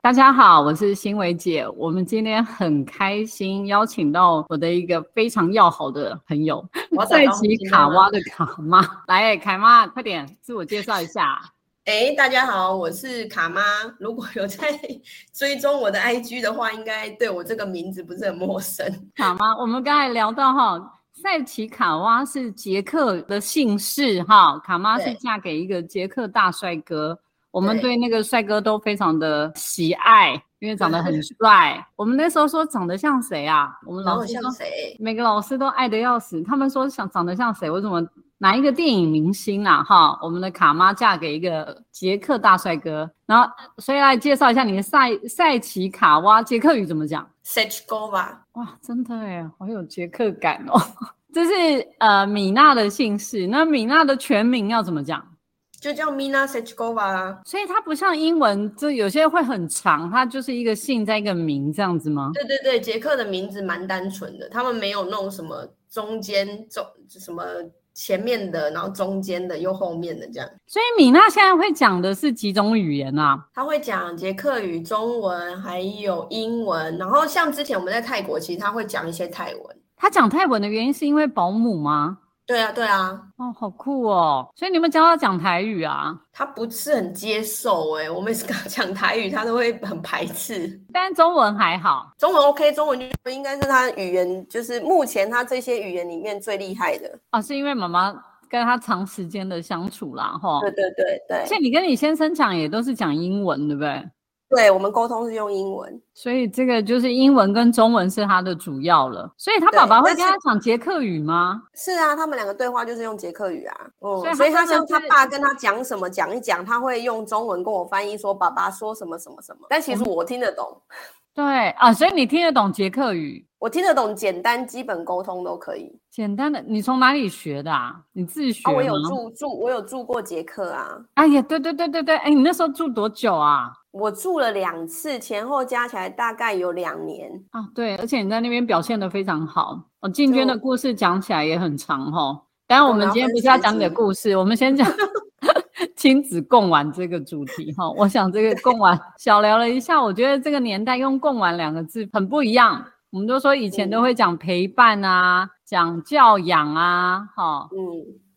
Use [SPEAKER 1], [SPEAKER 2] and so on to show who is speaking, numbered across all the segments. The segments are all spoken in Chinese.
[SPEAKER 1] 大家好，我是欣伟姐。我们今天很开心邀请到我的一个非常要好的朋友，
[SPEAKER 2] 我找
[SPEAKER 1] 赛
[SPEAKER 2] 到
[SPEAKER 1] 奇
[SPEAKER 2] 红心了
[SPEAKER 1] 卡
[SPEAKER 2] 吗
[SPEAKER 1] 哇的卡妈。来，凯妈，快点自我介绍一 下。
[SPEAKER 2] 哎，大家好，我是卡妈。如果有在 追踪我的 IG 的话，应该对我这个名字不是很陌生。
[SPEAKER 1] 卡妈，我们刚才聊到哈，塞奇卡哇是捷克的姓氏哈，卡妈是
[SPEAKER 2] 对
[SPEAKER 1] 嫁给一个捷克大帅哥，我们
[SPEAKER 2] 对
[SPEAKER 1] 对那个帅哥都非常的喜爱，因为长得很帅。我们那时候说长得像谁啊？我们
[SPEAKER 2] 然
[SPEAKER 1] 老
[SPEAKER 2] 后
[SPEAKER 1] 师
[SPEAKER 2] 像
[SPEAKER 1] 说
[SPEAKER 2] 谁？
[SPEAKER 1] 每个老师都爱的要死，他们说想长得像谁，我怎么哪一个电影明星啊？哈，我们的卡妈嫁给一个捷克大帅哥，然后所以来介绍一下你的塞塞奇卡哇捷克语怎么讲？
[SPEAKER 2] s e c h k o v a
[SPEAKER 1] 哇，真的哎，好有捷克感哦。 这是呃米娜的姓氏，那米娜的全名要怎么讲？
[SPEAKER 2] 就叫 Mina s e c h k o v a
[SPEAKER 1] 所以它不像英文，就有些会很长，它就是一个姓再一个名这样子吗？
[SPEAKER 2] 对对对，捷克的名字蛮单纯的，他们没有弄什么中间中什么前面的，然后中间的又后面的这样。
[SPEAKER 1] 所以米娜现在会讲的是几种语言啊？
[SPEAKER 2] 他会讲捷克语、中文，还有英文。然后像之前我们在泰国，其实他会讲一些泰文。
[SPEAKER 1] 她讲泰文的原因是因为保姆吗？
[SPEAKER 2] 对啊，对啊，
[SPEAKER 1] 哦，好酷哦！所以你们教她讲台语啊？
[SPEAKER 2] 他不是很接受哎、我每次跟他讲台语，他都会很排斥。
[SPEAKER 1] 但是中文还好，
[SPEAKER 2] 中文 OK，中文就应该是他语言，就是目前他这些语言里面最厉害的。
[SPEAKER 1] 啊，是因为妈妈跟她长时间的相处啦，哈。
[SPEAKER 2] 对对对
[SPEAKER 1] 而且
[SPEAKER 2] 对，
[SPEAKER 1] 你跟你先生讲也都是讲英文，对不对？
[SPEAKER 2] 对我们沟通是用英文。
[SPEAKER 1] 所以这个就是英文跟中文是他的主要了。所以他
[SPEAKER 2] 对
[SPEAKER 1] 爸爸会
[SPEAKER 2] 但
[SPEAKER 1] 跟
[SPEAKER 2] 是
[SPEAKER 1] 他讲捷克语吗？
[SPEAKER 2] 是啊，他们两个对话就是用捷克语啊。嗯
[SPEAKER 1] 所以，
[SPEAKER 2] 所以
[SPEAKER 1] 他
[SPEAKER 2] 他
[SPEAKER 1] 真的
[SPEAKER 2] 像他
[SPEAKER 1] 是
[SPEAKER 2] 爸跟他讲什么讲一讲，他会用中文跟我翻译说爸爸说什么什么什么，但其实
[SPEAKER 1] 哦
[SPEAKER 2] 我听得懂，
[SPEAKER 1] 对啊，所以你听得懂捷克语，
[SPEAKER 2] 我听得懂简单基本沟通都可以。
[SPEAKER 1] 简单的，你从哪里学的啊？你自学
[SPEAKER 2] 啊，
[SPEAKER 1] 吗？
[SPEAKER 2] 我有住住，我有住过捷克啊。
[SPEAKER 1] 哎呀，对对对对对，哎，你那时候住多久啊？
[SPEAKER 2] 我住了两次，前后加起来大概有两年。
[SPEAKER 1] 啊，对，而且你在那边表现的非常好。我进军的
[SPEAKER 2] 就
[SPEAKER 1] 故事讲起来也很长哦。当然，我
[SPEAKER 2] 对
[SPEAKER 1] 们
[SPEAKER 2] 然后
[SPEAKER 1] 今天
[SPEAKER 2] 分
[SPEAKER 1] 不是要
[SPEAKER 2] 十
[SPEAKER 1] 讲你的
[SPEAKER 2] 集
[SPEAKER 1] 故事，我们先讲 亲子共玩这个主题哈。我想这个共玩小聊了一下，我觉得这个年代用“共玩”两个字很不一样。我们都说以前都
[SPEAKER 2] 嗯
[SPEAKER 1] 会讲陪伴啊，讲教养啊，哈、
[SPEAKER 2] 嗯，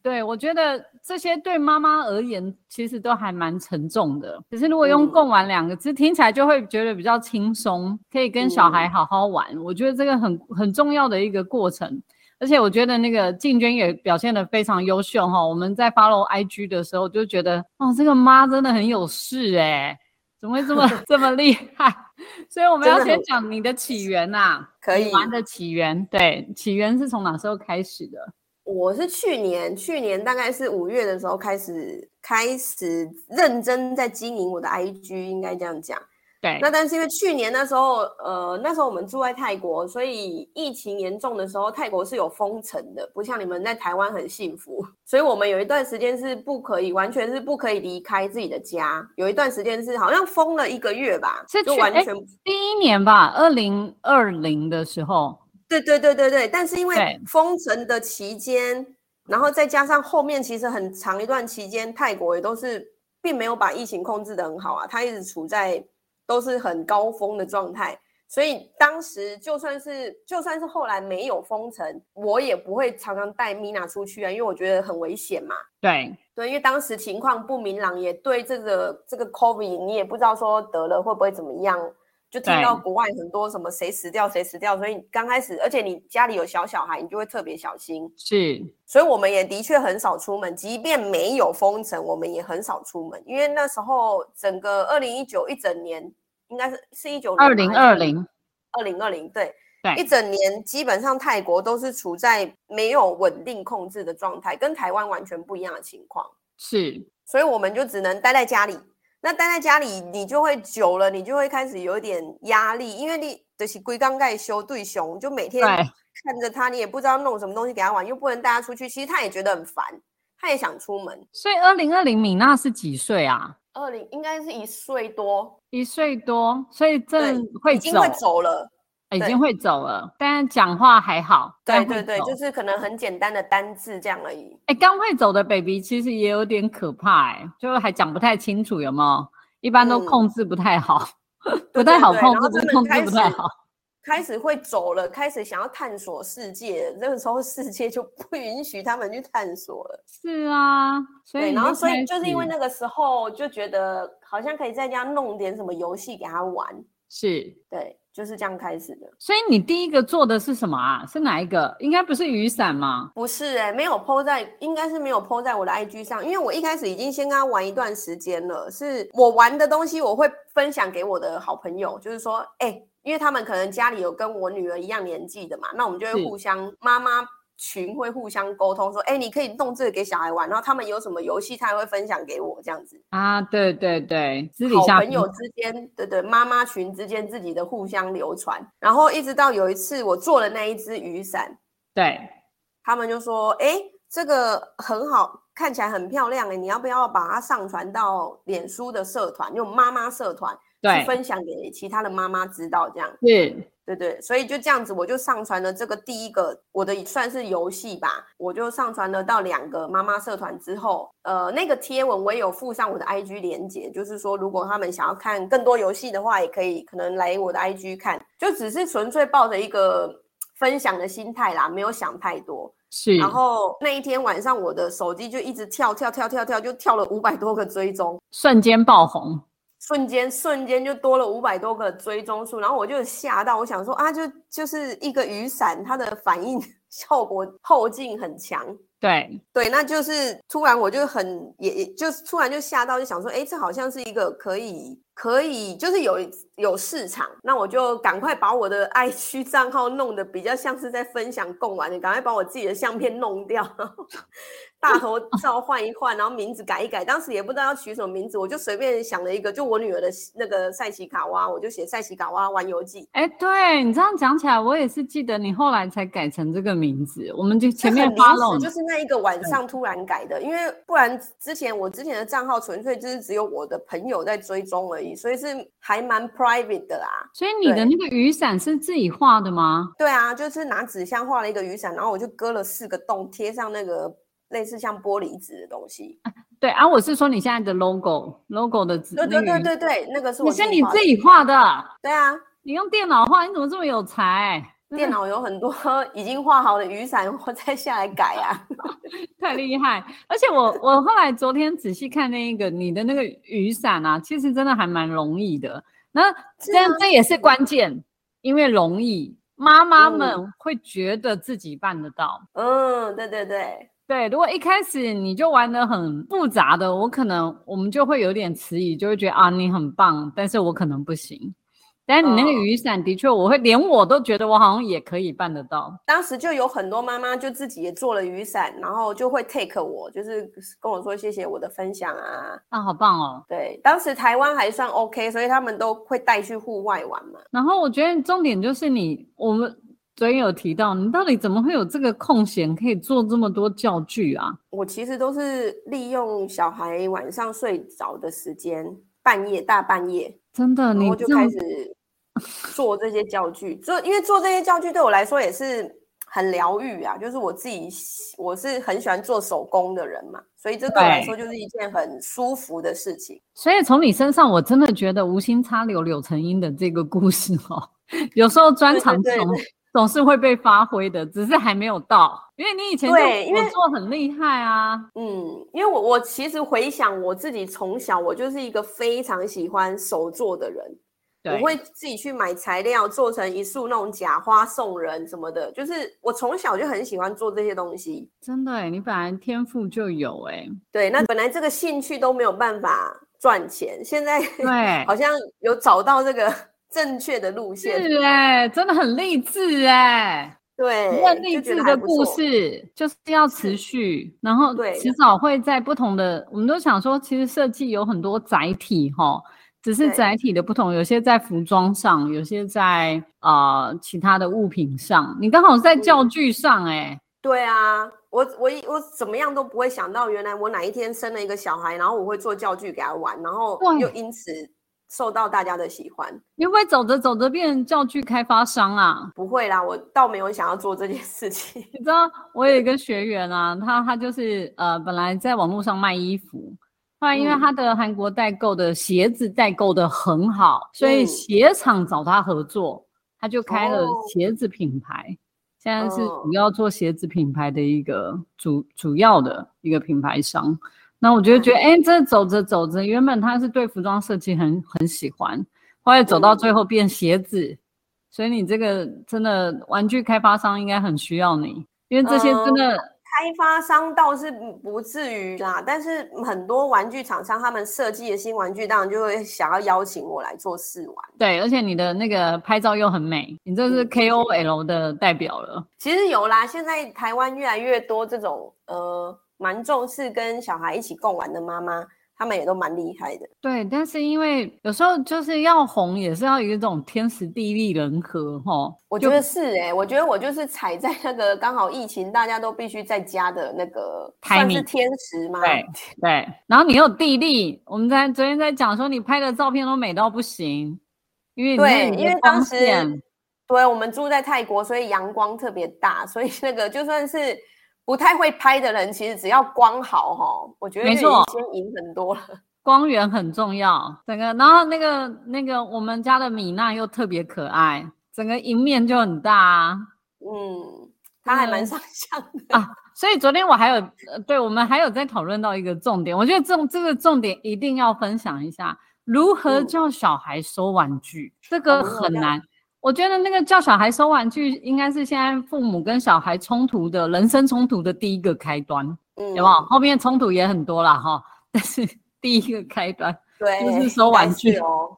[SPEAKER 1] 对，我觉得这些对妈妈而言，其实都还蛮沉重的。只是如果用“
[SPEAKER 2] 嗯
[SPEAKER 1] 共玩”两个字，听起来就会觉得比较轻松，可以跟小
[SPEAKER 2] 嗯
[SPEAKER 1] 孩好好玩。我觉得这个很很重要的一个过程。而且我觉得那个静娟也表现得非常优秀哈、我们在 follow IG 的时候就觉得，哦，这个妈真的很有事哎、怎么会这 么这么厉害？ 所以我们
[SPEAKER 2] 真
[SPEAKER 1] 要
[SPEAKER 2] 的
[SPEAKER 1] 先
[SPEAKER 2] 很
[SPEAKER 1] 讲你的起源呐、啊，
[SPEAKER 2] 可以。
[SPEAKER 1] 玩的起源。对，起源是从哪时候开始的？
[SPEAKER 2] 我是去年，去年大概是五月的时候开始开始认真在经营我的 IG，应该这样讲。
[SPEAKER 1] 对，
[SPEAKER 2] 那但是因为去年那时候，呃，那时候我们住在泰国，所以疫情严重的时候，泰国是有封城的，不像你们在台湾很幸福。 所以我们有一段时间是不可以，完全是不可以离开自己的家。有一段时间是好像封了一个月吧，
[SPEAKER 1] 是
[SPEAKER 2] 就
[SPEAKER 1] 去
[SPEAKER 2] 完
[SPEAKER 1] 哎
[SPEAKER 2] 全
[SPEAKER 1] 第一年吧，二零二零的时候，
[SPEAKER 2] 对对对对对，但是因
[SPEAKER 1] 对
[SPEAKER 2] 为封城的期间，然后再加上后面其实很长一段期间，泰国也都是并没有把疫情控制的很好啊，它一直处在都是很高峰的状态，所以当时就算是就算是后来没有封城，我也不会常常带米娜出去啊，因为我觉得很危险嘛。
[SPEAKER 1] 对
[SPEAKER 2] 对，因为当时情况不明朗，也对这个这个 COVID，你也不知道说得了会不会怎么样，就听到
[SPEAKER 1] 对
[SPEAKER 2] 国外很多什么谁死掉谁死掉，所以你刚开始，而且你家里有小小孩，你就会特别小心。
[SPEAKER 1] 是，
[SPEAKER 2] 所以我们也的确很少出门，即便没有封城，我们也很少出门，因为那时候整个二零一九一整年，应该是是一九
[SPEAKER 1] 二零二零，
[SPEAKER 2] 二零二零对。
[SPEAKER 1] 对
[SPEAKER 2] 一整年基本上泰国都是处在没有稳定控制的状态，跟台湾完全不一样的情况。
[SPEAKER 1] 是
[SPEAKER 2] 所以我们就只能待在家里。那待在家里，你就会久了，你就会开始有一点压力，因为你就是龟缸盖修对熊，就每天
[SPEAKER 1] 对
[SPEAKER 2] 看着他，你也不知道弄什么东西给他玩，又不能带他出去，其实他也觉得很烦，他也想出门。
[SPEAKER 1] 所以二零二零米娜是几岁啊？
[SPEAKER 2] 二零应该是一岁多，
[SPEAKER 1] 一岁多，所以正会
[SPEAKER 2] 已经
[SPEAKER 1] 走，
[SPEAKER 2] 会走了。
[SPEAKER 1] 已
[SPEAKER 2] 对
[SPEAKER 1] 经会走了，但是讲话还好。
[SPEAKER 2] 对
[SPEAKER 1] 但
[SPEAKER 2] 对
[SPEAKER 1] 会
[SPEAKER 2] 对，
[SPEAKER 1] 走
[SPEAKER 2] 就是可能很简单的单字这样而已。
[SPEAKER 1] 哎，刚会走的 baby 其实欸也有点可怕、哎，就是还讲不太清楚，有没有？一般都
[SPEAKER 2] 嗯
[SPEAKER 1] 控制不太好。不太好
[SPEAKER 2] 对
[SPEAKER 1] 控制，
[SPEAKER 2] 然后
[SPEAKER 1] 不
[SPEAKER 2] 真的
[SPEAKER 1] 控制
[SPEAKER 2] 开
[SPEAKER 1] 不太
[SPEAKER 2] 始
[SPEAKER 1] 好。
[SPEAKER 2] 开始会走了，开始想要探索世界，那个时候世界就不允许他们去探索了。
[SPEAKER 1] 是啊，所以
[SPEAKER 2] 对，
[SPEAKER 1] 你
[SPEAKER 2] 然后
[SPEAKER 1] 就
[SPEAKER 2] 所以
[SPEAKER 1] 开
[SPEAKER 2] 就是因为
[SPEAKER 1] 始
[SPEAKER 2] 那个时候就觉得好像可以在家弄点什么游戏给他玩，
[SPEAKER 1] 是，
[SPEAKER 2] 对，就是这样开始的。
[SPEAKER 1] 所以你第一个做的是什么啊？是哪一个？应该不是雨伞吗？
[SPEAKER 2] 不是哎、没有 PO 在，应该是没有 PO 在我的 IG 上，因为我一开始已经先跟他玩一段时间了。是我玩的东西，我会分享给我的好朋友，就是说，哎、因为他们可能家里有跟我女儿一样年纪的嘛，那我们就会
[SPEAKER 1] 是
[SPEAKER 2] 互相妈妈群会互相沟通，说，哎、你可以弄这个给小孩玩，然后他们有什么游戏，他也会分享给我这样子。
[SPEAKER 1] 啊，对对对，私底
[SPEAKER 2] 好
[SPEAKER 1] 下
[SPEAKER 2] 朋
[SPEAKER 1] 分
[SPEAKER 2] 友之间，对对，妈妈群之间自己的互相流传，然后一直到有一次我做了那一只雨伞，
[SPEAKER 1] 对
[SPEAKER 2] 他们就说：“哎，这个很好，看起来很漂亮哎，你要不要把它上传到脸书的社团，用妈妈社团去
[SPEAKER 1] 对
[SPEAKER 2] 分享给其他的妈妈知道？这样，
[SPEAKER 1] 是，
[SPEAKER 2] 对对，所以就这样子，我就上传了这个第一个我的算是游戏吧，我就上传了到两个妈妈社团之后，呃，那个贴文我也有附上我的 IG 连接，就是说如果他们想要看更多游戏的话，也可以可能来我的 IG 看，就只是纯粹抱着一个嗯分享的心态啦，没有想太多。
[SPEAKER 1] 是，
[SPEAKER 2] 然后那一天晚上，我的手机就一直跳跳跳跳跳，就跳了五百多个追踪，
[SPEAKER 1] 瞬间爆红，
[SPEAKER 2] 瞬间瞬间就多了五百多个追踪数，然后我就吓到，我想说啊，就就是一个雨伞，它的反应 效果后劲很强。
[SPEAKER 1] 对
[SPEAKER 2] 对，那就是突然我就很也也就是突然就吓到，就想说，哎，这好像是一个可以可以就是有有市场，那我就赶快把我的 IG 账号弄得比较像是在分享贡丸的，赶快把我自己的相片弄掉，然后大头照换一换，然后名字改一改。当时也不知道要取什么名字，我就随便想了一个，就我女儿的那个赛奇卡哇，我就写赛奇卡哇玩游记。
[SPEAKER 1] 哎，对你这样讲起来，我也是记得你后来才改成这个名字。我们就前面
[SPEAKER 2] 很临
[SPEAKER 1] 发
[SPEAKER 2] 时，
[SPEAKER 1] 漏
[SPEAKER 2] 就是那一个晚上突然改的，因为不然之前我之前的账号纯粹就是只有我的朋友在追踪而已，所以是还蛮 private 的啦。
[SPEAKER 1] 所以你的
[SPEAKER 2] 对
[SPEAKER 1] 那个雨伞是自己画的吗？
[SPEAKER 2] 对啊，就是拿纸箱画了一个雨伞，然后我就割了四个洞，贴上那个类似像玻璃纸的东西。
[SPEAKER 1] 对啊，我是说你现在的 logo，logo 的字，
[SPEAKER 2] 对对
[SPEAKER 1] 那个
[SPEAKER 2] 对
[SPEAKER 1] 雨
[SPEAKER 2] 对对，那个是我
[SPEAKER 1] 你是你
[SPEAKER 2] 画的
[SPEAKER 1] 自己画的，
[SPEAKER 2] 对啊，
[SPEAKER 1] 你用电脑画，你怎么这么有才？真
[SPEAKER 2] 电
[SPEAKER 1] 的
[SPEAKER 2] 脑有很多 已经画好的雨伞，我再下来改啊。
[SPEAKER 1] 太厉害！而且我我后来昨天仔细看那一个你的那个雨伞啊，其实真的还蛮容易的。那
[SPEAKER 2] 是
[SPEAKER 1] 这样
[SPEAKER 2] 啊
[SPEAKER 1] 这也是关键，因为容易，妈妈
[SPEAKER 2] 嗯
[SPEAKER 1] 们会觉得自己办得到。
[SPEAKER 2] 嗯，对对对，
[SPEAKER 1] 对，如果一开始你就玩的很复杂的，我可能我们就会有点迟疑，就会觉得啊你很棒，但是我可能不行。但你那个
[SPEAKER 2] 哦
[SPEAKER 1] 雨伞的确，我会连我都觉得我好像也可以办得到。
[SPEAKER 2] 当时就有很多妈妈就自己也做了雨伞，然后就会 take 我，就是跟我说谢谢我的分享啊。
[SPEAKER 1] 啊，好棒哦！
[SPEAKER 2] 对，当时台湾还算 OK，所以他们都会带去户外玩嘛。
[SPEAKER 1] 然后我觉得重点就是你，我们昨天有提到，你到底怎么会有这个空闲可以做这么多教具啊？
[SPEAKER 2] 我其实都是利用小孩晚上睡着的时间，半夜大半夜，
[SPEAKER 1] 真的，
[SPEAKER 2] 然
[SPEAKER 1] 哦你
[SPEAKER 2] 后就
[SPEAKER 1] 这样
[SPEAKER 2] 开始做这些教具。做因为做这些教具对我来说也是很疗愈啊，就是我自己喜我是很喜欢做手工的人嘛，所以这对我来
[SPEAKER 1] 对
[SPEAKER 2] 说就是一件很舒服的事情。
[SPEAKER 1] 所以从你身上，我真的觉得无心插柳柳成荫的这个故事哦，有时候专
[SPEAKER 2] 对对
[SPEAKER 1] 长
[SPEAKER 2] 对
[SPEAKER 1] 总总是会被发挥的，只是还没有到，因为你以前就
[SPEAKER 2] 对因
[SPEAKER 1] 我
[SPEAKER 2] 为
[SPEAKER 1] 做很厉害啊，
[SPEAKER 2] 嗯，因为我我其实回想我自己从小，我就是一个非常喜欢手做的人，我
[SPEAKER 1] 对，
[SPEAKER 2] 会自己去买材料做成一束那种假花送人什么的，就是我从小就很喜欢做这些东西。
[SPEAKER 1] 真的欸，你本来天赋就有哎，
[SPEAKER 2] 对，那本来这个兴趣都没有办法赚钱，现在
[SPEAKER 1] 对，
[SPEAKER 2] 好像有找到这个 正确的路线，
[SPEAKER 1] 是哎，真的很励志哎。
[SPEAKER 2] 对，
[SPEAKER 1] 那
[SPEAKER 2] 就
[SPEAKER 1] 励
[SPEAKER 2] 觉
[SPEAKER 1] 志
[SPEAKER 2] 得还
[SPEAKER 1] 的
[SPEAKER 2] 不
[SPEAKER 1] 故
[SPEAKER 2] 错，嗯
[SPEAKER 1] 事就是要持续，然后
[SPEAKER 2] 对
[SPEAKER 1] 迟早会在不同的，我们都想说，其实设计有很多载体哈，只是
[SPEAKER 2] 对
[SPEAKER 1] 载体的不同，有些在服装上，有些在呃其他的物品上，你刚好在教
[SPEAKER 2] 嗯
[SPEAKER 1] 具上哎、
[SPEAKER 2] 对啊，我我一我怎么样都不会想到，原来我哪一天生了一个小孩，然后我会做教具给他玩，然后
[SPEAKER 1] 对
[SPEAKER 2] 又因此受到大家的喜欢。
[SPEAKER 1] 你会不会走着走着变成教具开发商啊？
[SPEAKER 2] 不会啦，我倒没有想要做这件事情。
[SPEAKER 1] 你知道我有一个学员啊，他他就是呃，本来在网络上卖衣服，后来因为
[SPEAKER 2] 嗯
[SPEAKER 1] 他的韩国代购的鞋子代购的很好，所以
[SPEAKER 2] 嗯
[SPEAKER 1] 鞋厂找他合作，他就开了
[SPEAKER 2] 哦
[SPEAKER 1] 鞋子品牌。现在是
[SPEAKER 2] 哦
[SPEAKER 1] 主要做鞋子品牌的一个主主要的一个品牌商。那我就觉
[SPEAKER 2] 嗯
[SPEAKER 1] 得，哎、这走着走着，原本他是对服装设计很很喜欢，后来走到
[SPEAKER 2] 嗯
[SPEAKER 1] 最后变鞋子，所以你这个真的玩具开发商应该很需要你，因为这些真的、
[SPEAKER 2] 开发商倒是不至于啦，但是很多玩具厂商他们设计的新玩具，当然就会想要邀请我来做试玩。
[SPEAKER 1] 对，而且你的那个拍照又很美，你这是
[SPEAKER 2] 嗯
[SPEAKER 1] KOL 的代表了。
[SPEAKER 2] 其实有啦，现在台湾越来越多这种呃，蛮重视跟小孩一起共玩的妈妈，他们也都蛮厉害的。
[SPEAKER 1] 对，但是因为有时候就是要红，也是要有一种天时地利人和哈。
[SPEAKER 2] 我
[SPEAKER 1] 就
[SPEAKER 2] 觉得是哎、我觉得我就是踩在那个刚好疫情大家都必须在家的那个，算是
[SPEAKER 1] Timing
[SPEAKER 2] 天时吗？
[SPEAKER 1] 对对，然后你有地利，我们在昨天在讲说你拍的照片都美到不行，因为你那
[SPEAKER 2] 对
[SPEAKER 1] 里的
[SPEAKER 2] 因为
[SPEAKER 1] 光
[SPEAKER 2] 当时
[SPEAKER 1] 线
[SPEAKER 2] 对，我们住在泰国，所以阳光特别大，所以 那个就算是不太会拍的人，其实只要光好哈，我觉得
[SPEAKER 1] 没
[SPEAKER 2] 就已
[SPEAKER 1] 错
[SPEAKER 2] 经赢很多了。
[SPEAKER 1] 光源很重要，整个然后那个那个我们家的米娜又特别可爱，整个迎面就很大啊。
[SPEAKER 2] 嗯，他还蛮
[SPEAKER 1] 嗯
[SPEAKER 2] 上相的。
[SPEAKER 1] 所以昨天我还有，呃对我们还有在讨论到一个重点，我觉得这种这个重点一定要分享一下，如何
[SPEAKER 2] 嗯哦
[SPEAKER 1] 叫小孩收玩具，这个
[SPEAKER 2] 如何
[SPEAKER 1] 很
[SPEAKER 2] 教
[SPEAKER 1] 难。我觉得那个叫小孩收玩具，应该是现在父母跟小孩冲突的人生冲突的第一个开端，
[SPEAKER 2] 嗯，
[SPEAKER 1] 有没有？后面冲突也很多啦，哈，但是 第一个开端，
[SPEAKER 2] 对，
[SPEAKER 1] 就是收
[SPEAKER 2] 应该
[SPEAKER 1] 玩具
[SPEAKER 2] 是哦。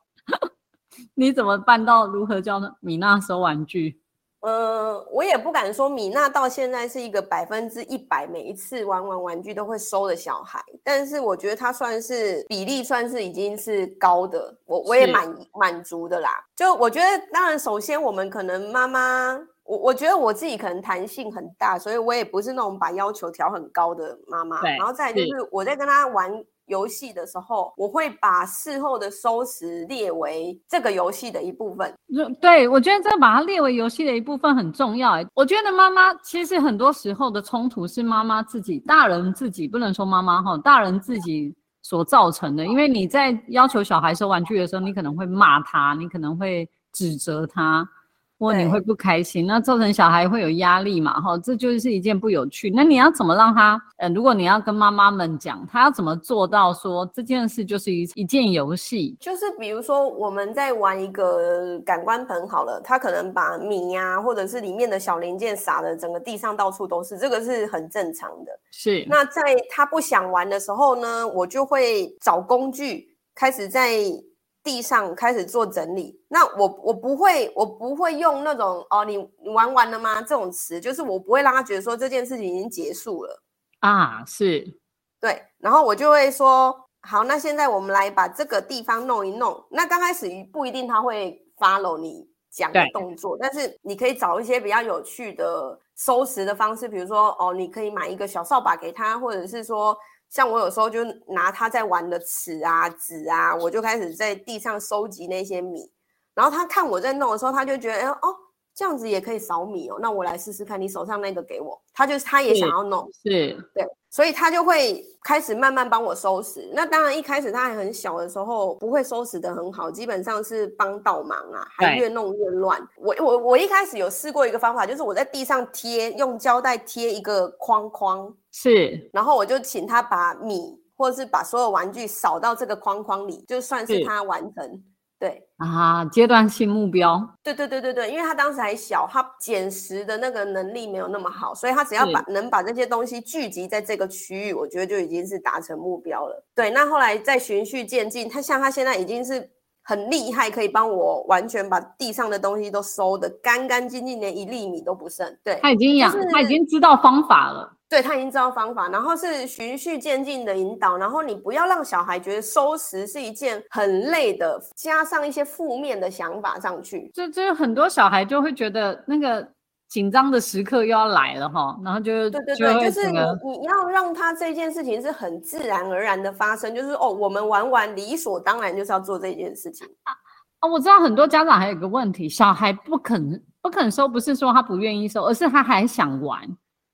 [SPEAKER 1] 你怎么办到如何叫米娜收玩具？
[SPEAKER 2] 呃，我也不敢说米娜到现在是一个百分之一百每一次玩玩玩具都会收的小孩，但是我觉得她算是比例算是已经是高的，我我也
[SPEAKER 1] 是
[SPEAKER 2] 满意满足的啦。就我觉得，当然首先我们可能妈妈，我我觉得我自己可能弹性很大，所以我也不是那种把要求调很高的妈妈。
[SPEAKER 1] 对
[SPEAKER 2] 然后再来就是是我在跟她玩。游戏的时候，我会把事后的收拾列为这个游戏的一部分。
[SPEAKER 1] 就对，我觉得这把它列为游戏的一部分很重要欸。我觉得妈妈其实很多时候的冲突是妈妈自己、大人自己，不能说妈妈哈，大人自己所造成的。因为你在要求小孩收玩具的时候，你可能会骂他，你可能会指责他，或你
[SPEAKER 2] 对
[SPEAKER 1] 会不开心，那造成小孩会有压力嘛哈，这就是一件不有趣。那你要怎么让他？呃，如果你要跟妈妈们讲，他要怎么做到说这件事就是一一件游戏？
[SPEAKER 2] 就是比如说我们在玩一个感官盆好了，他可能把米呀、或者是里面的小零件撒的整个地上到处都是，这个是很正常的。
[SPEAKER 1] 是
[SPEAKER 2] 那在他不想玩的时候呢，我就会找工具开始在地上开始做整理。那我我不会我不会用那种哦你你玩完了吗这种词，就是我不会让他觉得说这件事情已经结束了。
[SPEAKER 1] 啊，是
[SPEAKER 2] 对，然后我就会说，好，那现在我们来把这个地方弄一弄。那刚开始不一定他会 follow 你讲的
[SPEAKER 1] 对
[SPEAKER 2] 动作，但是你可以找一些比较有趣的收拾的方式，比如说哦，你可以买一个小扫把给他，或者是说。像我有时候就拿他在玩的尺啊、纸啊，我就开始在地上收集那些米，然后他看我在弄的时候，他就觉得，哎哦，这样子也可以扫米哦，那我来试试看，你手上那个给我，他就他也想
[SPEAKER 1] 是
[SPEAKER 2] 要弄，
[SPEAKER 1] 是。
[SPEAKER 2] 对，所以他就会开始慢慢帮我收拾。那当然，一开始他还很小的时候，不会收拾的很好，基本上是帮倒忙啊，还
[SPEAKER 1] 对
[SPEAKER 2] 越弄越乱。我我我一开始有试过一个方法，就是我在地上贴用胶带贴一个框框，
[SPEAKER 1] 是
[SPEAKER 2] 然后我就请他把米或者是把所有玩具扫到这个框框里，就算是
[SPEAKER 1] 是
[SPEAKER 2] 他完成。对，
[SPEAKER 1] 啊，阶段性目标
[SPEAKER 2] 对对对对对，因为他当时还小，他捡拾的那个能力没有那么好，所以他只要把能把这些东西聚集在这个区域，我觉得就已经是达成目标了。对，那后来再循序渐进，他像他现在已经是很厉害，可以帮我完全把地上的东西都收的干干净净，连一粒米都不剩。对，
[SPEAKER 1] 他已经养，他已
[SPEAKER 2] 是
[SPEAKER 1] 经知道方法了。
[SPEAKER 2] 对他已经知道方法，然后是循序渐进的引导，然后你不要让小孩觉得收拾是一件很累的，加上一些负面的想法上去。
[SPEAKER 1] 就就是很多小孩就会觉得那个紧张的时刻又要来了哈，然后就
[SPEAKER 2] 对对
[SPEAKER 1] 就
[SPEAKER 2] 对，
[SPEAKER 1] 会
[SPEAKER 2] 就是
[SPEAKER 1] 整
[SPEAKER 2] 你
[SPEAKER 1] 个
[SPEAKER 2] 你要让他这件事情是很自然而然的发生，就是哦，我们玩完理所当然就是要做这件事情。
[SPEAKER 1] 啊、我知道很多家长还有一个问题，小孩不肯不肯收，不是说他不愿意收，而是他还想玩。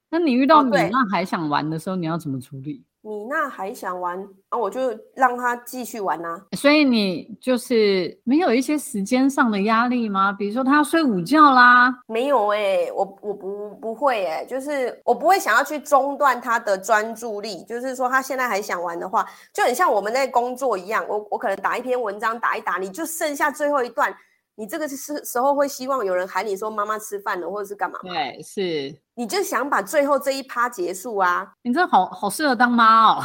[SPEAKER 1] 那你遇到
[SPEAKER 2] 哦
[SPEAKER 1] 米
[SPEAKER 2] 对
[SPEAKER 1] 娜还想玩的时候，你要怎么处理？
[SPEAKER 2] 米娜还想玩，然、后我就让她继续玩啊。
[SPEAKER 1] 所以你就是没有一些时间上的压力吗？比如说他要睡午觉啦，
[SPEAKER 2] 没有哎、我我不不会哎、就是我不会想要去中断他的专注力。就是说，他现在还想玩的话，就很像我们在工作一样。我我可能打一篇文章，打一打，你就剩下最后一段，你这个是时候会希望有人喊你说妈妈吃饭了，或者是干嘛，
[SPEAKER 1] 对，是
[SPEAKER 2] 你就想把最后这一趴结束啊。
[SPEAKER 1] 你这好好适合当妈哦。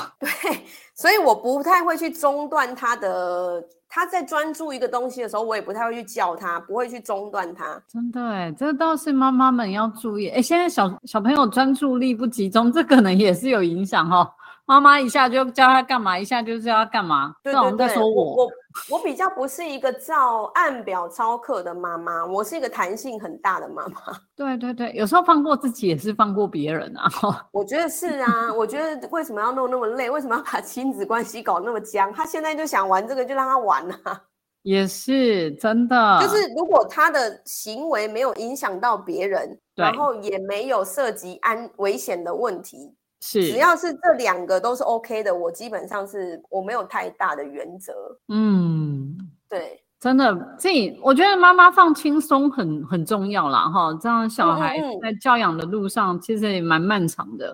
[SPEAKER 2] 所以我不太会去中断他的，他在专注一个东西的时候，我也不太会去叫他，不会去中断他。
[SPEAKER 1] 真的哎，这倒是妈妈们要注意哎。现在小小朋友专注力不集中，这可能也是有影响哦。妈妈一下就叫他干嘛，一下就叫他干嘛，
[SPEAKER 2] 对
[SPEAKER 1] 这好
[SPEAKER 2] 对
[SPEAKER 1] 像
[SPEAKER 2] 对，
[SPEAKER 1] 在说
[SPEAKER 2] 我我我比较不是一个照按表操课的妈妈，我是一个弹性很大的妈妈。
[SPEAKER 1] 对对对，有时候放过自己也是放过别人啊。
[SPEAKER 2] 我觉得是啊，我觉得为什么要弄那么累？为什么要把亲子关系搞那么僵？他现在就想玩这个，就让他玩啊。
[SPEAKER 1] 也是真的，
[SPEAKER 2] 就是如果他的行为没有影响到别人，然
[SPEAKER 1] 对
[SPEAKER 2] 后也没有涉及安危险的问题，
[SPEAKER 1] 是
[SPEAKER 2] 只要是这两个都是 OK 的，我基本上是我没有太大的原则。
[SPEAKER 1] 嗯，
[SPEAKER 2] 对，
[SPEAKER 1] 真的，自己我觉得妈妈放轻松很很重要啦，哈，这样小
[SPEAKER 2] 嗯嗯
[SPEAKER 1] 孩
[SPEAKER 2] 嗯
[SPEAKER 1] 在教养的路上其实也蛮漫长的，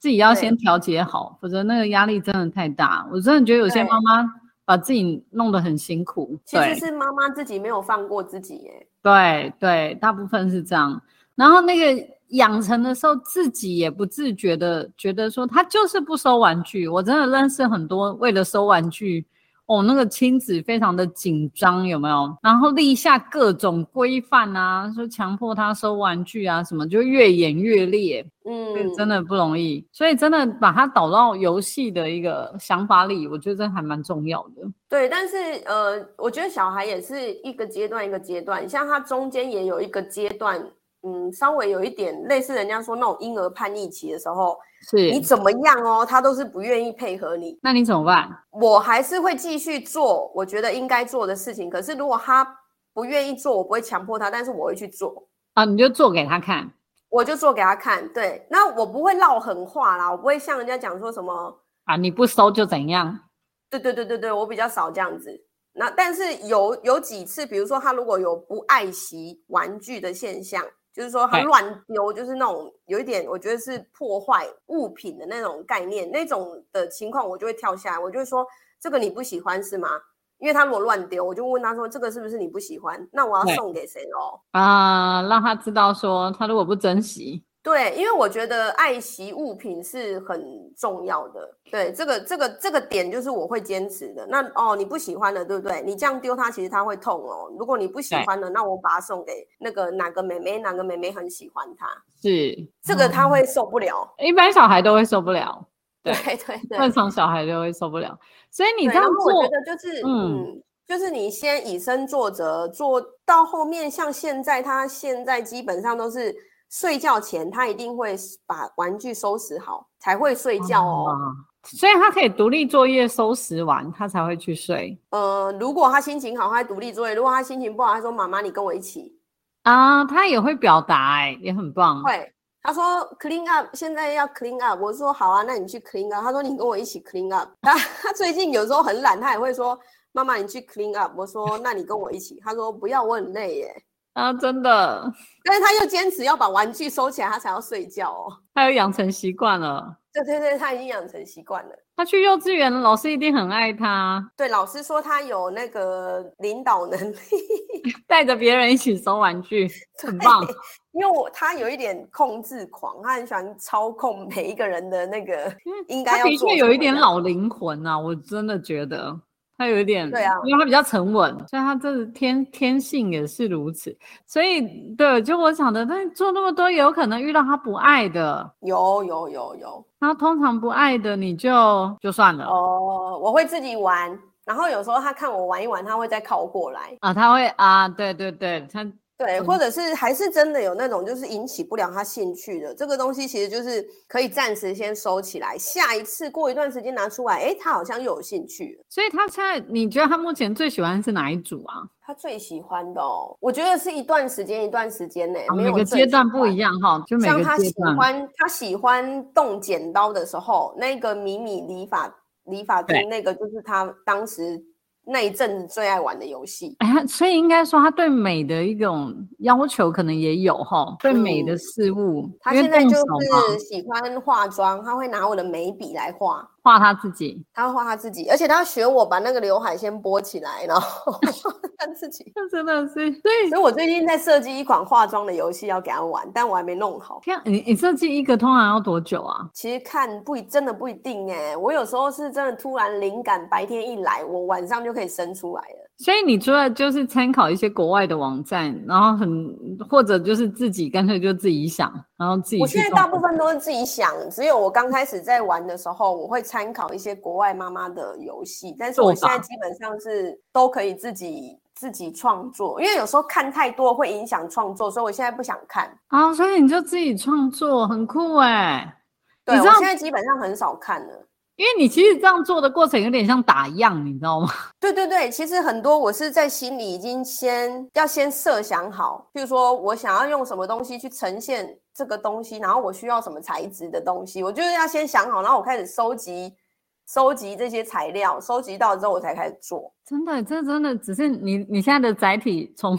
[SPEAKER 1] 自己要
[SPEAKER 2] 对
[SPEAKER 1] 先调节好，否则那个压力真的太大。我真的觉得有些
[SPEAKER 2] 对
[SPEAKER 1] 妈妈把自己弄得很辛苦，
[SPEAKER 2] 其实
[SPEAKER 1] 对
[SPEAKER 2] 是妈妈自己没有放过自己耶、
[SPEAKER 1] 对对，大部分是这样。然后那个养成的时候，自己也不自觉的觉得说他就是不收玩具。我真的认识很多为了收玩具，哦，那个亲子非常的紧张，有没有？然后立下各种规范啊，说强迫他收玩具啊，什么就越演越烈，这
[SPEAKER 2] 嗯
[SPEAKER 1] 个，真的不容易。所以真的把它导到游戏的一个想法里，我觉得这还蛮重要的。
[SPEAKER 2] 对，但是呃，我觉得小孩也是一个阶段一个阶段，像他中间也有一个阶段，嗯，稍微有一点类似人家说那种婴儿叛逆期的时候，你
[SPEAKER 1] 是，
[SPEAKER 2] 怎么样哦，他都是不愿意配合你。
[SPEAKER 1] 那你怎么办？
[SPEAKER 2] 我还是会继续做我觉得应该做的事情，可是如果他不愿意做，我不会强迫他，但是我会去做，
[SPEAKER 1] 啊，你就做给他看。
[SPEAKER 2] 我就做给他看。对，那我不会唠狠话啦，我不会像人家讲说什么，
[SPEAKER 1] 啊，你不收就怎样？
[SPEAKER 2] 对对对对对，我比较少这样子。那但是有有几次，比如说他如果有不爱惜玩具的现象，就是说他
[SPEAKER 1] 对
[SPEAKER 2] 乱丢，就是那种有一点我觉得是破坏物品的那种概念，那种的情况我就会跳下来，我就会说这个你不喜欢是吗？因为他如果乱丢，我就问他说这个是不是你不喜欢？那我
[SPEAKER 1] 对
[SPEAKER 2] 要送给谁哦？
[SPEAKER 1] 啊，让他知道说，他如果不珍惜，
[SPEAKER 2] 对，因为我觉得爱惜物品是很重要的。对，这个这个这个点就是我会坚持的。那哦，你不喜欢的，对不对？你这样丢它，其实它会痛哦。如果你不喜
[SPEAKER 1] 对
[SPEAKER 2] 欢的，那我把它送给那个哪个妹妹，哪个妹妹很喜欢它，
[SPEAKER 1] 是
[SPEAKER 2] 这个
[SPEAKER 1] 他
[SPEAKER 2] 她会受不了。
[SPEAKER 1] 一般小孩都会受不了，对
[SPEAKER 2] 对对对，
[SPEAKER 1] 正常小孩都会受不了。所以你
[SPEAKER 2] 对
[SPEAKER 1] 这样
[SPEAKER 2] 然后我
[SPEAKER 1] 做
[SPEAKER 2] 觉，得就是
[SPEAKER 1] 嗯
[SPEAKER 2] 嗯。就是你先以身作则，做到后面，像现在他现在基本上都是睡觉前，他一定会把玩具收拾好才会睡觉哦。
[SPEAKER 1] 啊所以他可以独立作业收拾完，他才会去睡
[SPEAKER 2] 呃，如果他心情好，他独立作业；如果他心情不好，他说：“妈妈，你跟我一起。
[SPEAKER 1] 啊。他也会表达、欸，也很棒”。
[SPEAKER 2] 会，他说：“clean up，现在要 clean up。”我说：“好啊，那你去 clean up。”他说：“你跟我一起 clean up。他”他最近有时候很懒，他也会说：“妈妈，你去 clean up。”我说：“那你跟我一起。”他说：“不要，我很累耶。
[SPEAKER 1] 啊，真的，”
[SPEAKER 2] 但是他又坚持要把玩具收起来，他才要睡觉哦。
[SPEAKER 1] 他有养成习惯了。
[SPEAKER 2] 对对对，他已经养成习惯了。
[SPEAKER 1] 他去幼稚园，老师一定很爱他，
[SPEAKER 2] 对，老师说他有那个领导能力，
[SPEAKER 1] 带着别人一起收玩具，很棒。
[SPEAKER 2] 因为我他有一点控制狂，他很喜欢操控每一个人的那个
[SPEAKER 1] 因为
[SPEAKER 2] 应
[SPEAKER 1] 嗯他
[SPEAKER 2] 该要
[SPEAKER 1] 的
[SPEAKER 2] 做
[SPEAKER 1] 确
[SPEAKER 2] 什
[SPEAKER 1] 有一
[SPEAKER 2] 么
[SPEAKER 1] 点
[SPEAKER 2] 的
[SPEAKER 1] 老灵魂啊，我真的觉得他有一点，
[SPEAKER 2] 对啊
[SPEAKER 1] 因为他比较沉稳，所以他这是天天性也是如此。所以对，就我想的，但做那么多，也有可能遇到他不爱的，
[SPEAKER 2] 有有有有，
[SPEAKER 1] 然后通常不爱的你就就算了、
[SPEAKER 2] 哦，我会自己玩，然后有时候他看我玩一玩，他会再靠过来。
[SPEAKER 1] 啊，他会啊，对对对，他
[SPEAKER 2] 对，
[SPEAKER 1] 嗯
[SPEAKER 2] 或者是还是真的有那种就是引起不了他兴趣的这个东西，其实就是可以暂时先收起来，下一次过一段时间拿出来，哎，他好像又有兴趣了。
[SPEAKER 1] 所以他现在，你觉得他目前最喜欢是哪一组啊？
[SPEAKER 2] 他最喜欢的哦，我觉得是一段时间一段时间呢、
[SPEAKER 1] 啊
[SPEAKER 2] 没
[SPEAKER 1] 每
[SPEAKER 2] 有
[SPEAKER 1] 个
[SPEAKER 2] 最
[SPEAKER 1] 阶
[SPEAKER 2] 喜
[SPEAKER 1] 段不
[SPEAKER 2] 欢
[SPEAKER 1] 一样哈，就每
[SPEAKER 2] 像
[SPEAKER 1] 个
[SPEAKER 2] 他
[SPEAKER 1] 阶
[SPEAKER 2] 喜
[SPEAKER 1] 段。
[SPEAKER 2] 欢他喜欢动剪刀的时候，那个迷你理发理发
[SPEAKER 1] 对
[SPEAKER 2] 店，那个就是他当时那一阵子最爱玩的游戏。
[SPEAKER 1] 哎，他所以应该说他对美的一种要求可能也有哈，对美的
[SPEAKER 2] 嗯
[SPEAKER 1] 事物，
[SPEAKER 2] 他
[SPEAKER 1] 因为
[SPEAKER 2] 现在
[SPEAKER 1] 动
[SPEAKER 2] 就
[SPEAKER 1] 手嘛
[SPEAKER 2] 是喜欢化妆，他会拿我的眉笔来画，
[SPEAKER 1] 画他自己，
[SPEAKER 2] 他会画他自己，而且他学我把那个刘海先拨起来，然后 画他自己。
[SPEAKER 1] 这真的是对。
[SPEAKER 2] 所以我最近在设计一款化妆的游戏要给他玩，但我还没弄好。
[SPEAKER 1] 天啊，你你设计一个通常要多久啊？
[SPEAKER 2] 其实看不一真的不一定哎、我有时候是真的突然灵感，白天一来，我晚上就可以生出来了。
[SPEAKER 1] 所以你除了就是参考一些国外的网站，然后很或者就是自己干脆就自己想，然后自己
[SPEAKER 2] 我
[SPEAKER 1] 去
[SPEAKER 2] 现在
[SPEAKER 1] 动
[SPEAKER 2] 大部分都是自己想，只有我刚开始在玩的时候，我会参考一些国外妈妈的游戏，但是我
[SPEAKER 1] 做
[SPEAKER 2] 现
[SPEAKER 1] 法
[SPEAKER 2] 在基本上是都可以自己自己创作，因为有时候看太多会影响创作，所以我现在不想看。
[SPEAKER 1] 啊，所以你就自己创作，很酷哎、
[SPEAKER 2] 对
[SPEAKER 1] 你
[SPEAKER 2] 我
[SPEAKER 1] 知道
[SPEAKER 2] 现在基本上很少看了。
[SPEAKER 1] 因为你其实这样做的过程有点像打样，你知道吗？
[SPEAKER 2] 对对对，其实很多我是在心里已经先要先设想好，譬如说我想要用什么东西去呈现这个东西，然后我需要什么材质的东西，我就是要先想好，然后我开始收集收集这些材料，收集到之后我才开始做。
[SPEAKER 1] 真的，这真的只是你你现在的载体从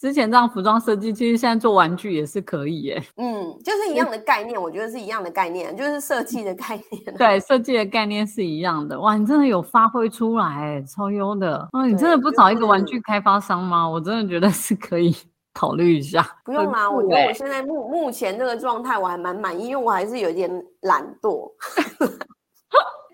[SPEAKER 1] 之前这样服装设计，其实现在做玩具也是可以 耶。
[SPEAKER 2] 嗯，就是一样的概念，我觉得是一样的概念，就是设计的概念。
[SPEAKER 1] 对，设计的概念是一样的。哇，你真的有发挥出来耶，超优的。嗯、你真的
[SPEAKER 2] 对
[SPEAKER 1] 不
[SPEAKER 2] 就
[SPEAKER 1] 找一个玩
[SPEAKER 2] 是
[SPEAKER 1] 具开发商吗？我真的觉得是可以 考虑一下。
[SPEAKER 2] 不用
[SPEAKER 1] 很
[SPEAKER 2] 啦，我
[SPEAKER 1] 酷欸
[SPEAKER 2] 觉得
[SPEAKER 1] 耶
[SPEAKER 2] 我现在目目前这个状态我还蛮满意，因为我还是有点懒惰。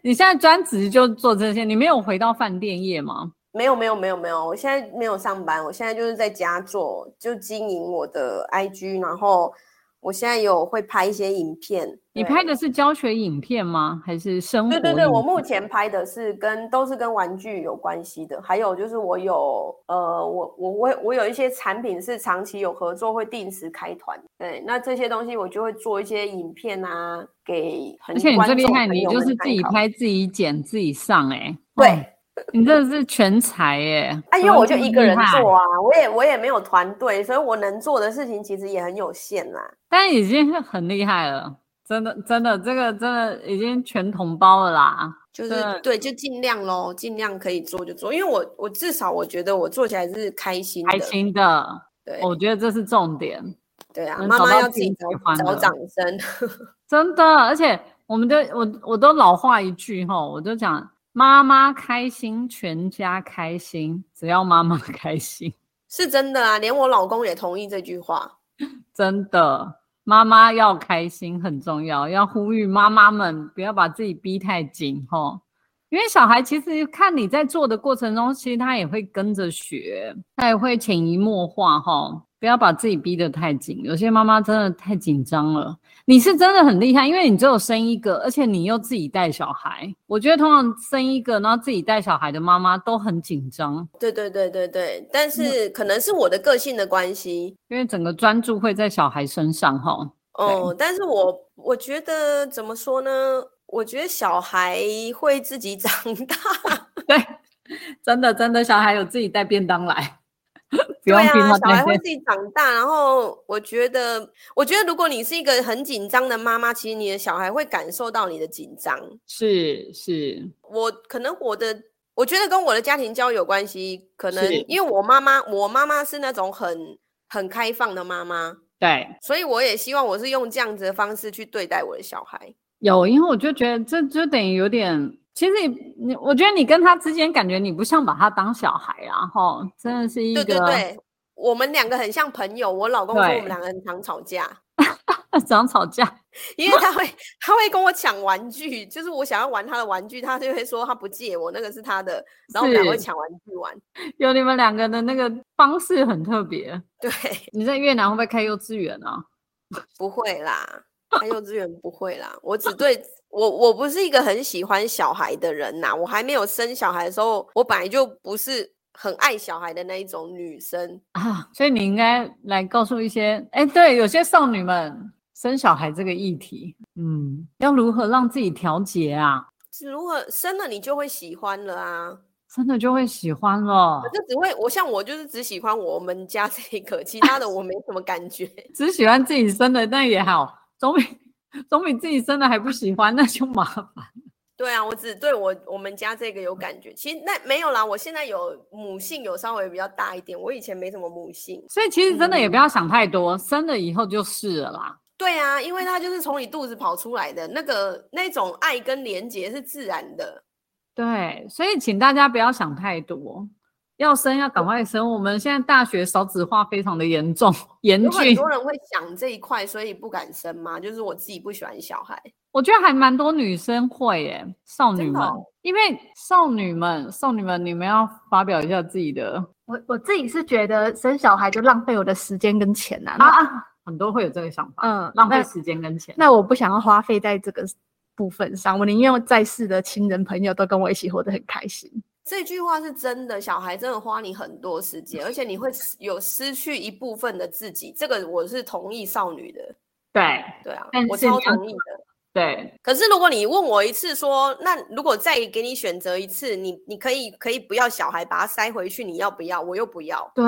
[SPEAKER 1] 你现在专职就做这些，你没有回到饭店业吗？
[SPEAKER 2] 没有没有没有没有，我现在没有上班，我现在就是在家做，就经营我的 IG，然后我现在有会拍一些影片。
[SPEAKER 1] 你
[SPEAKER 2] 对
[SPEAKER 1] 拍的是教学影片吗？还是生活
[SPEAKER 2] 对
[SPEAKER 1] 影？
[SPEAKER 2] 对对，我目前拍的是跟都是跟玩具有关系的，还有就是我有呃，我我我我有一些产品是长期有合作，会定时开团。对，那这些东西我就会做一些影片啊，给很
[SPEAKER 1] 而且你
[SPEAKER 2] 观
[SPEAKER 1] 最厉
[SPEAKER 2] 众
[SPEAKER 1] 害，
[SPEAKER 2] 朋
[SPEAKER 1] 你
[SPEAKER 2] 友
[SPEAKER 1] 就是
[SPEAKER 2] 们
[SPEAKER 1] 自
[SPEAKER 2] 参
[SPEAKER 1] 己
[SPEAKER 2] 考。
[SPEAKER 1] 拍、自己剪、自己上、哎，哦
[SPEAKER 2] 对，
[SPEAKER 1] 你真的是全才耶！
[SPEAKER 2] 啊，因
[SPEAKER 1] 怎
[SPEAKER 2] 为
[SPEAKER 1] 么
[SPEAKER 2] 我就
[SPEAKER 1] 这么
[SPEAKER 2] 一个
[SPEAKER 1] 厉
[SPEAKER 2] 人
[SPEAKER 1] 害，
[SPEAKER 2] 做啊，我也我也没有团队，所以我能做的事情其实也很有限啦。
[SPEAKER 1] 但已经是很厉害了，真的真的，这个真的已经全同包了啦。
[SPEAKER 2] 就是
[SPEAKER 1] 对
[SPEAKER 2] 对，就尽量咯，尽量可以做就做，因为我我至少我觉得我做起来是开心的，
[SPEAKER 1] 开心的，
[SPEAKER 2] 对、
[SPEAKER 1] 我觉得这是重点，
[SPEAKER 2] 对啊，
[SPEAKER 1] 能
[SPEAKER 2] 妈
[SPEAKER 1] 找
[SPEAKER 2] 妈
[SPEAKER 1] 到
[SPEAKER 2] 要
[SPEAKER 1] 自
[SPEAKER 2] 自己
[SPEAKER 1] 己喜
[SPEAKER 2] 找
[SPEAKER 1] 欢
[SPEAKER 2] 找
[SPEAKER 1] 的
[SPEAKER 2] 掌声，
[SPEAKER 1] 真的。而且我们的我我都老话一句哈，我就讲妈妈开心，全家开心，只要妈 妈开心，
[SPEAKER 2] 是真的啊，连我老公也同意这句话。
[SPEAKER 1] 真的。妈妈要开心很重要，要呼吁妈妈们不要把自己逼太紧哈，因为小孩其实看你在做的过程中，其实他也会跟着学，他也会潜移默化哈。不要把自己逼得太紧，有些妈妈真的太紧张了。你是真的很厉害，因为你只有生一个，而且你又自己带小孩。我觉得通常生一个，然后自己带小孩的妈妈都很紧张，
[SPEAKER 2] 对对对对对，但
[SPEAKER 1] 嗯
[SPEAKER 2] 是可能是我的个性的关系，
[SPEAKER 1] 因为整个专注会在小孩身上哈。
[SPEAKER 2] 哦、但是我我觉得怎么说呢？我觉得小孩会自己长大，
[SPEAKER 1] 对，真的真的，小孩有自己带便当来，不
[SPEAKER 2] 对
[SPEAKER 1] 用
[SPEAKER 2] 啊，
[SPEAKER 1] 逼他
[SPEAKER 2] 小孩
[SPEAKER 1] 带
[SPEAKER 2] 会
[SPEAKER 1] 便。
[SPEAKER 2] 自己长大，然后我觉得，我觉得如果你是一个很紧张的妈妈，其实你的小孩会感受到你的紧张。
[SPEAKER 1] 是是，
[SPEAKER 2] 我可能我的，我觉得跟我的家庭教育有关系，可能
[SPEAKER 1] 是
[SPEAKER 2] 因为我妈妈，我妈妈是那种很很开放的妈妈，
[SPEAKER 1] 对，
[SPEAKER 2] 所以我也希望我是用这样子的方式去对待我的小孩。
[SPEAKER 1] 有，因为我就觉得这就等于有点，其实你你，我觉得你跟他之间感觉你不像把他当小孩啊，吼，真的是一个
[SPEAKER 2] 对对 对，我们两个很像朋友，我老公说我们
[SPEAKER 1] 对
[SPEAKER 2] 两个很常吵架。
[SPEAKER 1] 常吵架，
[SPEAKER 2] 因为他会他会跟我抢玩具，就是我想要玩他的玩具，他就会说他不借我，那个是他的，然后我们俩会
[SPEAKER 1] 是
[SPEAKER 2] 抢玩具玩。
[SPEAKER 1] 有你们两个的那个方式很特别。
[SPEAKER 2] 对，
[SPEAKER 1] 你在越南会不会开幼稚园啊？
[SPEAKER 2] 不会啦，他幼稚园不会啦，我只对。我我不是一个很喜欢小孩的人呐、我还没有生小孩的时候，我本来就不是很爱小孩的那一种女生。
[SPEAKER 1] 啊，所以你应该来告诉一些，哎，对，有些少女们生小孩这个议题，嗯，要如何让自己调节啊？
[SPEAKER 2] 如果生了，你就会喜欢了啊。
[SPEAKER 1] 真的就会喜欢了
[SPEAKER 2] 我，就只会，我像我就是只喜欢我们家这一个，其他的我没什么感觉。
[SPEAKER 1] 只喜欢自己生的那也好，总比总比自己生的还不喜欢，那就麻烦。
[SPEAKER 2] 对啊，我只对我我们家这个有感觉。其实那没有啦，我现在有母性有稍微比较大一点，我以前没什么母性。
[SPEAKER 1] 所以其实真的也
[SPEAKER 2] 嗯
[SPEAKER 1] 不要想太多，生了以后就是了啦。
[SPEAKER 2] 对啊，因为它就是从你肚子跑出来的那个那种爱跟连结是自然的。
[SPEAKER 1] 对，所以请大家不要想太多，要生要赶快生。我们现在大学少子化非常的严重严
[SPEAKER 2] 有很
[SPEAKER 1] 峻，
[SPEAKER 2] 多人会想这一块，所以不敢生嘛。就是我自己不喜欢小孩，
[SPEAKER 1] 我觉得还蛮多女生会耶，少女
[SPEAKER 2] 真的
[SPEAKER 1] 们，
[SPEAKER 2] 哦
[SPEAKER 1] 因为少女们少女们，你们要发表一下自己的
[SPEAKER 3] 我我自己是觉得生小孩就浪费我的时间跟钱呐、
[SPEAKER 1] 啊
[SPEAKER 3] 啊
[SPEAKER 1] 啊，很多会有这个想法，
[SPEAKER 3] 嗯，
[SPEAKER 1] 浪费
[SPEAKER 3] 那
[SPEAKER 1] 时间跟钱。
[SPEAKER 3] 那我不想要花费在这个部分上，我宁愿我在世的亲人朋友都跟我一起活得很开心。
[SPEAKER 2] 这句话是真的。小孩真的花你很多时间，而且你会失有失去一部分的自己。这个我是同意少女的，
[SPEAKER 1] 对
[SPEAKER 2] 对啊
[SPEAKER 1] 但，
[SPEAKER 2] 我
[SPEAKER 1] 是你
[SPEAKER 2] 超
[SPEAKER 1] 要
[SPEAKER 2] 同意的。
[SPEAKER 1] 对，
[SPEAKER 2] 可是如果你问我一次说，那如果再给你选择一次，你你可以可以不要小孩，把他塞回去，你要不要？我又不要，
[SPEAKER 1] 对，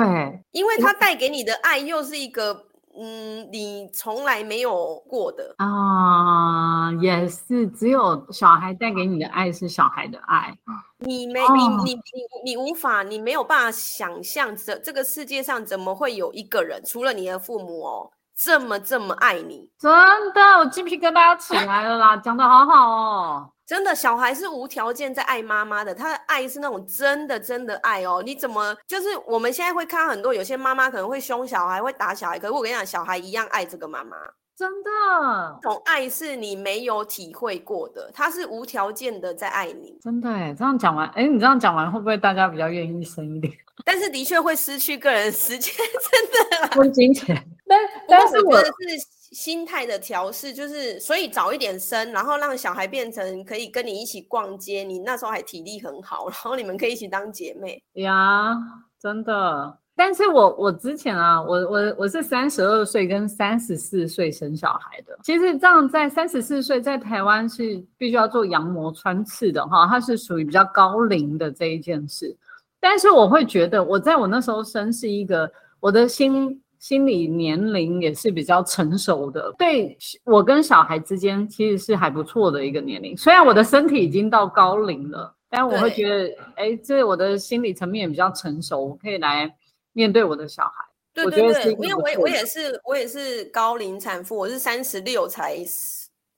[SPEAKER 2] 因为
[SPEAKER 3] 嗯
[SPEAKER 2] 他带给你的爱又是一个嗯，你从来没有过的。
[SPEAKER 1] 啊、也是，只有小孩带给你的爱是小孩的爱，
[SPEAKER 2] 你没
[SPEAKER 1] 哦
[SPEAKER 2] 你你你你无法，你没有办法想象这这个世界上怎么会有一个人，除了你的父母哦，这么这么爱你。
[SPEAKER 1] 真的，我鸡皮疙瘩起来了啦，讲的好好哦。
[SPEAKER 2] 真的，小孩是无条件在爱妈妈的，他的爱是那种真的真的爱哦。你怎么就是我们现在会看到很多有些妈妈可能会凶小孩，会打小孩，可是我跟你讲，小孩一样爱这个妈妈。
[SPEAKER 1] 真的，
[SPEAKER 2] 这种爱是你没有体会过的，他是无条件的在爱你，
[SPEAKER 1] 真的哎，这样讲完，哎，你这样讲完，会不会大家比较愿意生一 点？
[SPEAKER 2] 但是的确会失去个人时间，真的。
[SPEAKER 1] 跟金钱，但
[SPEAKER 2] 不过
[SPEAKER 1] 但是
[SPEAKER 2] 我
[SPEAKER 1] 我
[SPEAKER 2] 觉得是心态的调试，就是所以早一点生，然后让小孩变成可以跟你一起逛街，你那时候还体力很好，然后你们可以一起当姐妹。
[SPEAKER 1] 呀，真的。但是我我之前啊，我我我是三十二岁跟三十四岁生小孩的。其实这样在三十四岁在台湾是必须要做羊膜穿刺的哈，它是属于比较高龄的这一件事。但是我会觉得我在我那时候生是一个我的心心理年龄也是比较成熟的，对我跟小孩之间其实是还不错的一个年龄。虽然我的身体已经到高龄了，但我会
[SPEAKER 2] 对
[SPEAKER 1] 觉得，哎，这我的心理层面也比较成熟，我可以来面对我的小孩。
[SPEAKER 2] 对
[SPEAKER 1] 我
[SPEAKER 2] 对
[SPEAKER 1] 觉得
[SPEAKER 2] 对，
[SPEAKER 1] 是一
[SPEAKER 2] 因
[SPEAKER 1] 个
[SPEAKER 2] 为
[SPEAKER 1] 不
[SPEAKER 2] 我也
[SPEAKER 1] 错的
[SPEAKER 2] 我也是我也是高龄产妇，我是三十六才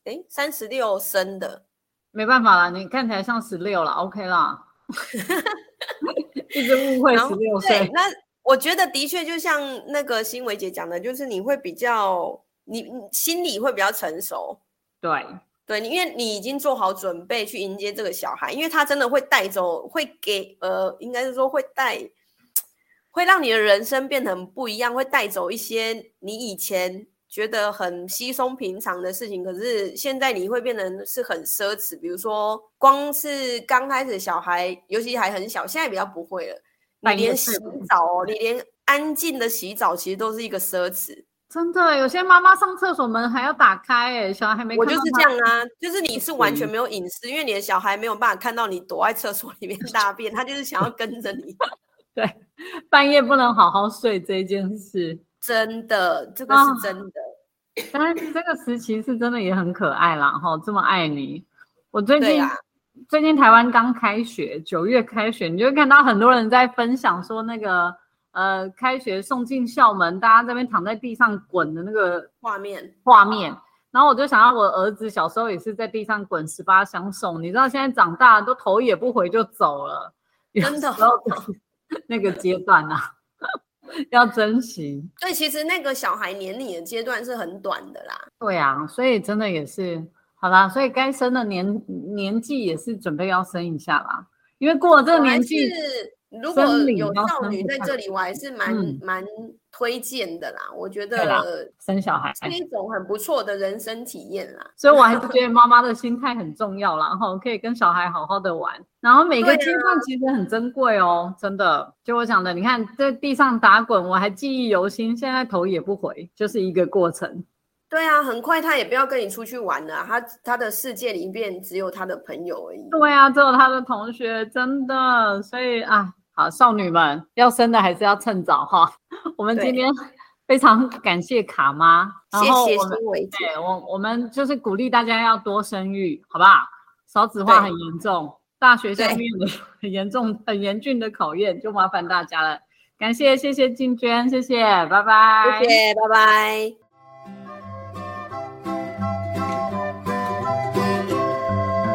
[SPEAKER 2] 哎三十六生的，
[SPEAKER 1] 没办法啦，你看起来像十六了，OK 啦。一直误会
[SPEAKER 2] 然
[SPEAKER 1] 十
[SPEAKER 2] 后
[SPEAKER 1] 六
[SPEAKER 2] 对
[SPEAKER 1] 岁，
[SPEAKER 2] 那我觉得的确就像那个新维姐讲的，就是你会比较你你心里会比较成熟，
[SPEAKER 1] 对
[SPEAKER 2] 对，你因为你已经做好准备去迎接这个小孩，因为他真的会带走，会给呃，应该是说会带，会让你的人生变得很不一样，会带走一些你以前觉得很稀松平常的事情，可是现在你会变成是很奢侈。比如说，光是刚开始小孩，尤其还很小，现在比较不会了，你
[SPEAKER 1] 半夜
[SPEAKER 2] 连洗
[SPEAKER 1] 睡不着
[SPEAKER 2] 澡哦，你连安静的洗澡其实都是一个奢侈。
[SPEAKER 1] 真的，有些妈妈上厕所门还要打开、哎，小孩还没
[SPEAKER 2] 我
[SPEAKER 1] 看
[SPEAKER 2] 就
[SPEAKER 1] 到
[SPEAKER 2] 是
[SPEAKER 1] 她
[SPEAKER 2] 这样啊，就是你是完全
[SPEAKER 1] 嗯
[SPEAKER 2] 没有隐私，因为你的小孩没有办法看到你躲在厕所里面大便，他就是想要跟着你。
[SPEAKER 1] 半夜不能好好睡这一件事。
[SPEAKER 2] 真的，这个
[SPEAKER 1] 啊
[SPEAKER 2] 是真的。
[SPEAKER 1] 但是这个时期是真的也很可爱啦，哈，这么爱你。我最
[SPEAKER 2] 对
[SPEAKER 1] 近、
[SPEAKER 2] 啊
[SPEAKER 1] 最近台湾刚开学，九月开学，你就会看到很多人在分享说那个呃，开学送进校门，大家这边躺在地上滚的那个
[SPEAKER 2] 画面
[SPEAKER 1] 画面。然后我就想到我儿子小时候也是在地上滚十八相送，你知道现在长大都头也不回就走了，有
[SPEAKER 2] 真的
[SPEAKER 1] 时候就是 那个阶段啊， 要珍惜。
[SPEAKER 2] 对，其实那个小孩年龄的阶段是很短的啦。
[SPEAKER 1] 对啊，所以真的也是好啦，所以该生的年年纪也是准备要生一下啦，因为过了这个
[SPEAKER 2] 我还
[SPEAKER 1] 年纪，
[SPEAKER 2] 是如果
[SPEAKER 1] 森林
[SPEAKER 2] 有
[SPEAKER 1] 吗
[SPEAKER 2] 少
[SPEAKER 1] 森
[SPEAKER 2] 女
[SPEAKER 1] 林
[SPEAKER 2] 在
[SPEAKER 1] 吧
[SPEAKER 2] 这里，我还是蛮、
[SPEAKER 1] 嗯
[SPEAKER 2] 蛮推荐的啦。我觉
[SPEAKER 1] 对啦哎
[SPEAKER 2] 得
[SPEAKER 1] 生小孩。
[SPEAKER 2] 是一种很不错的人生体验啦。
[SPEAKER 1] 所以我还是觉得妈妈的心态很重要啦，然后可以跟小孩好好的玩，然后每个
[SPEAKER 2] 对啊
[SPEAKER 1] 阶段其实很珍贵哦，真的。就我讲的，你看在地上打滚，我还记忆犹新，现在头也不回，就是一个过程。
[SPEAKER 2] 对啊，很快他也不要跟你出去玩了，他他的世界里面只有他的朋友而已。
[SPEAKER 1] 对啊，只有他的同学，真的，所以啊，好少女们要生的还是要趁早哈。 我们今
[SPEAKER 2] 对
[SPEAKER 1] 天非常感谢卡妈，啊然
[SPEAKER 2] 谢
[SPEAKER 1] 后
[SPEAKER 2] 谢
[SPEAKER 1] 我们
[SPEAKER 2] 新伟姐，
[SPEAKER 1] 对我，我们就是鼓励大家要多生育，好不好？少子化
[SPEAKER 2] 对
[SPEAKER 1] 很严重，大学下
[SPEAKER 2] 对
[SPEAKER 1] 面有很严重、很严峻的考验，就麻烦大家了。感谢，谢谢静娟，谢谢，拜拜，
[SPEAKER 2] 谢谢，拜拜。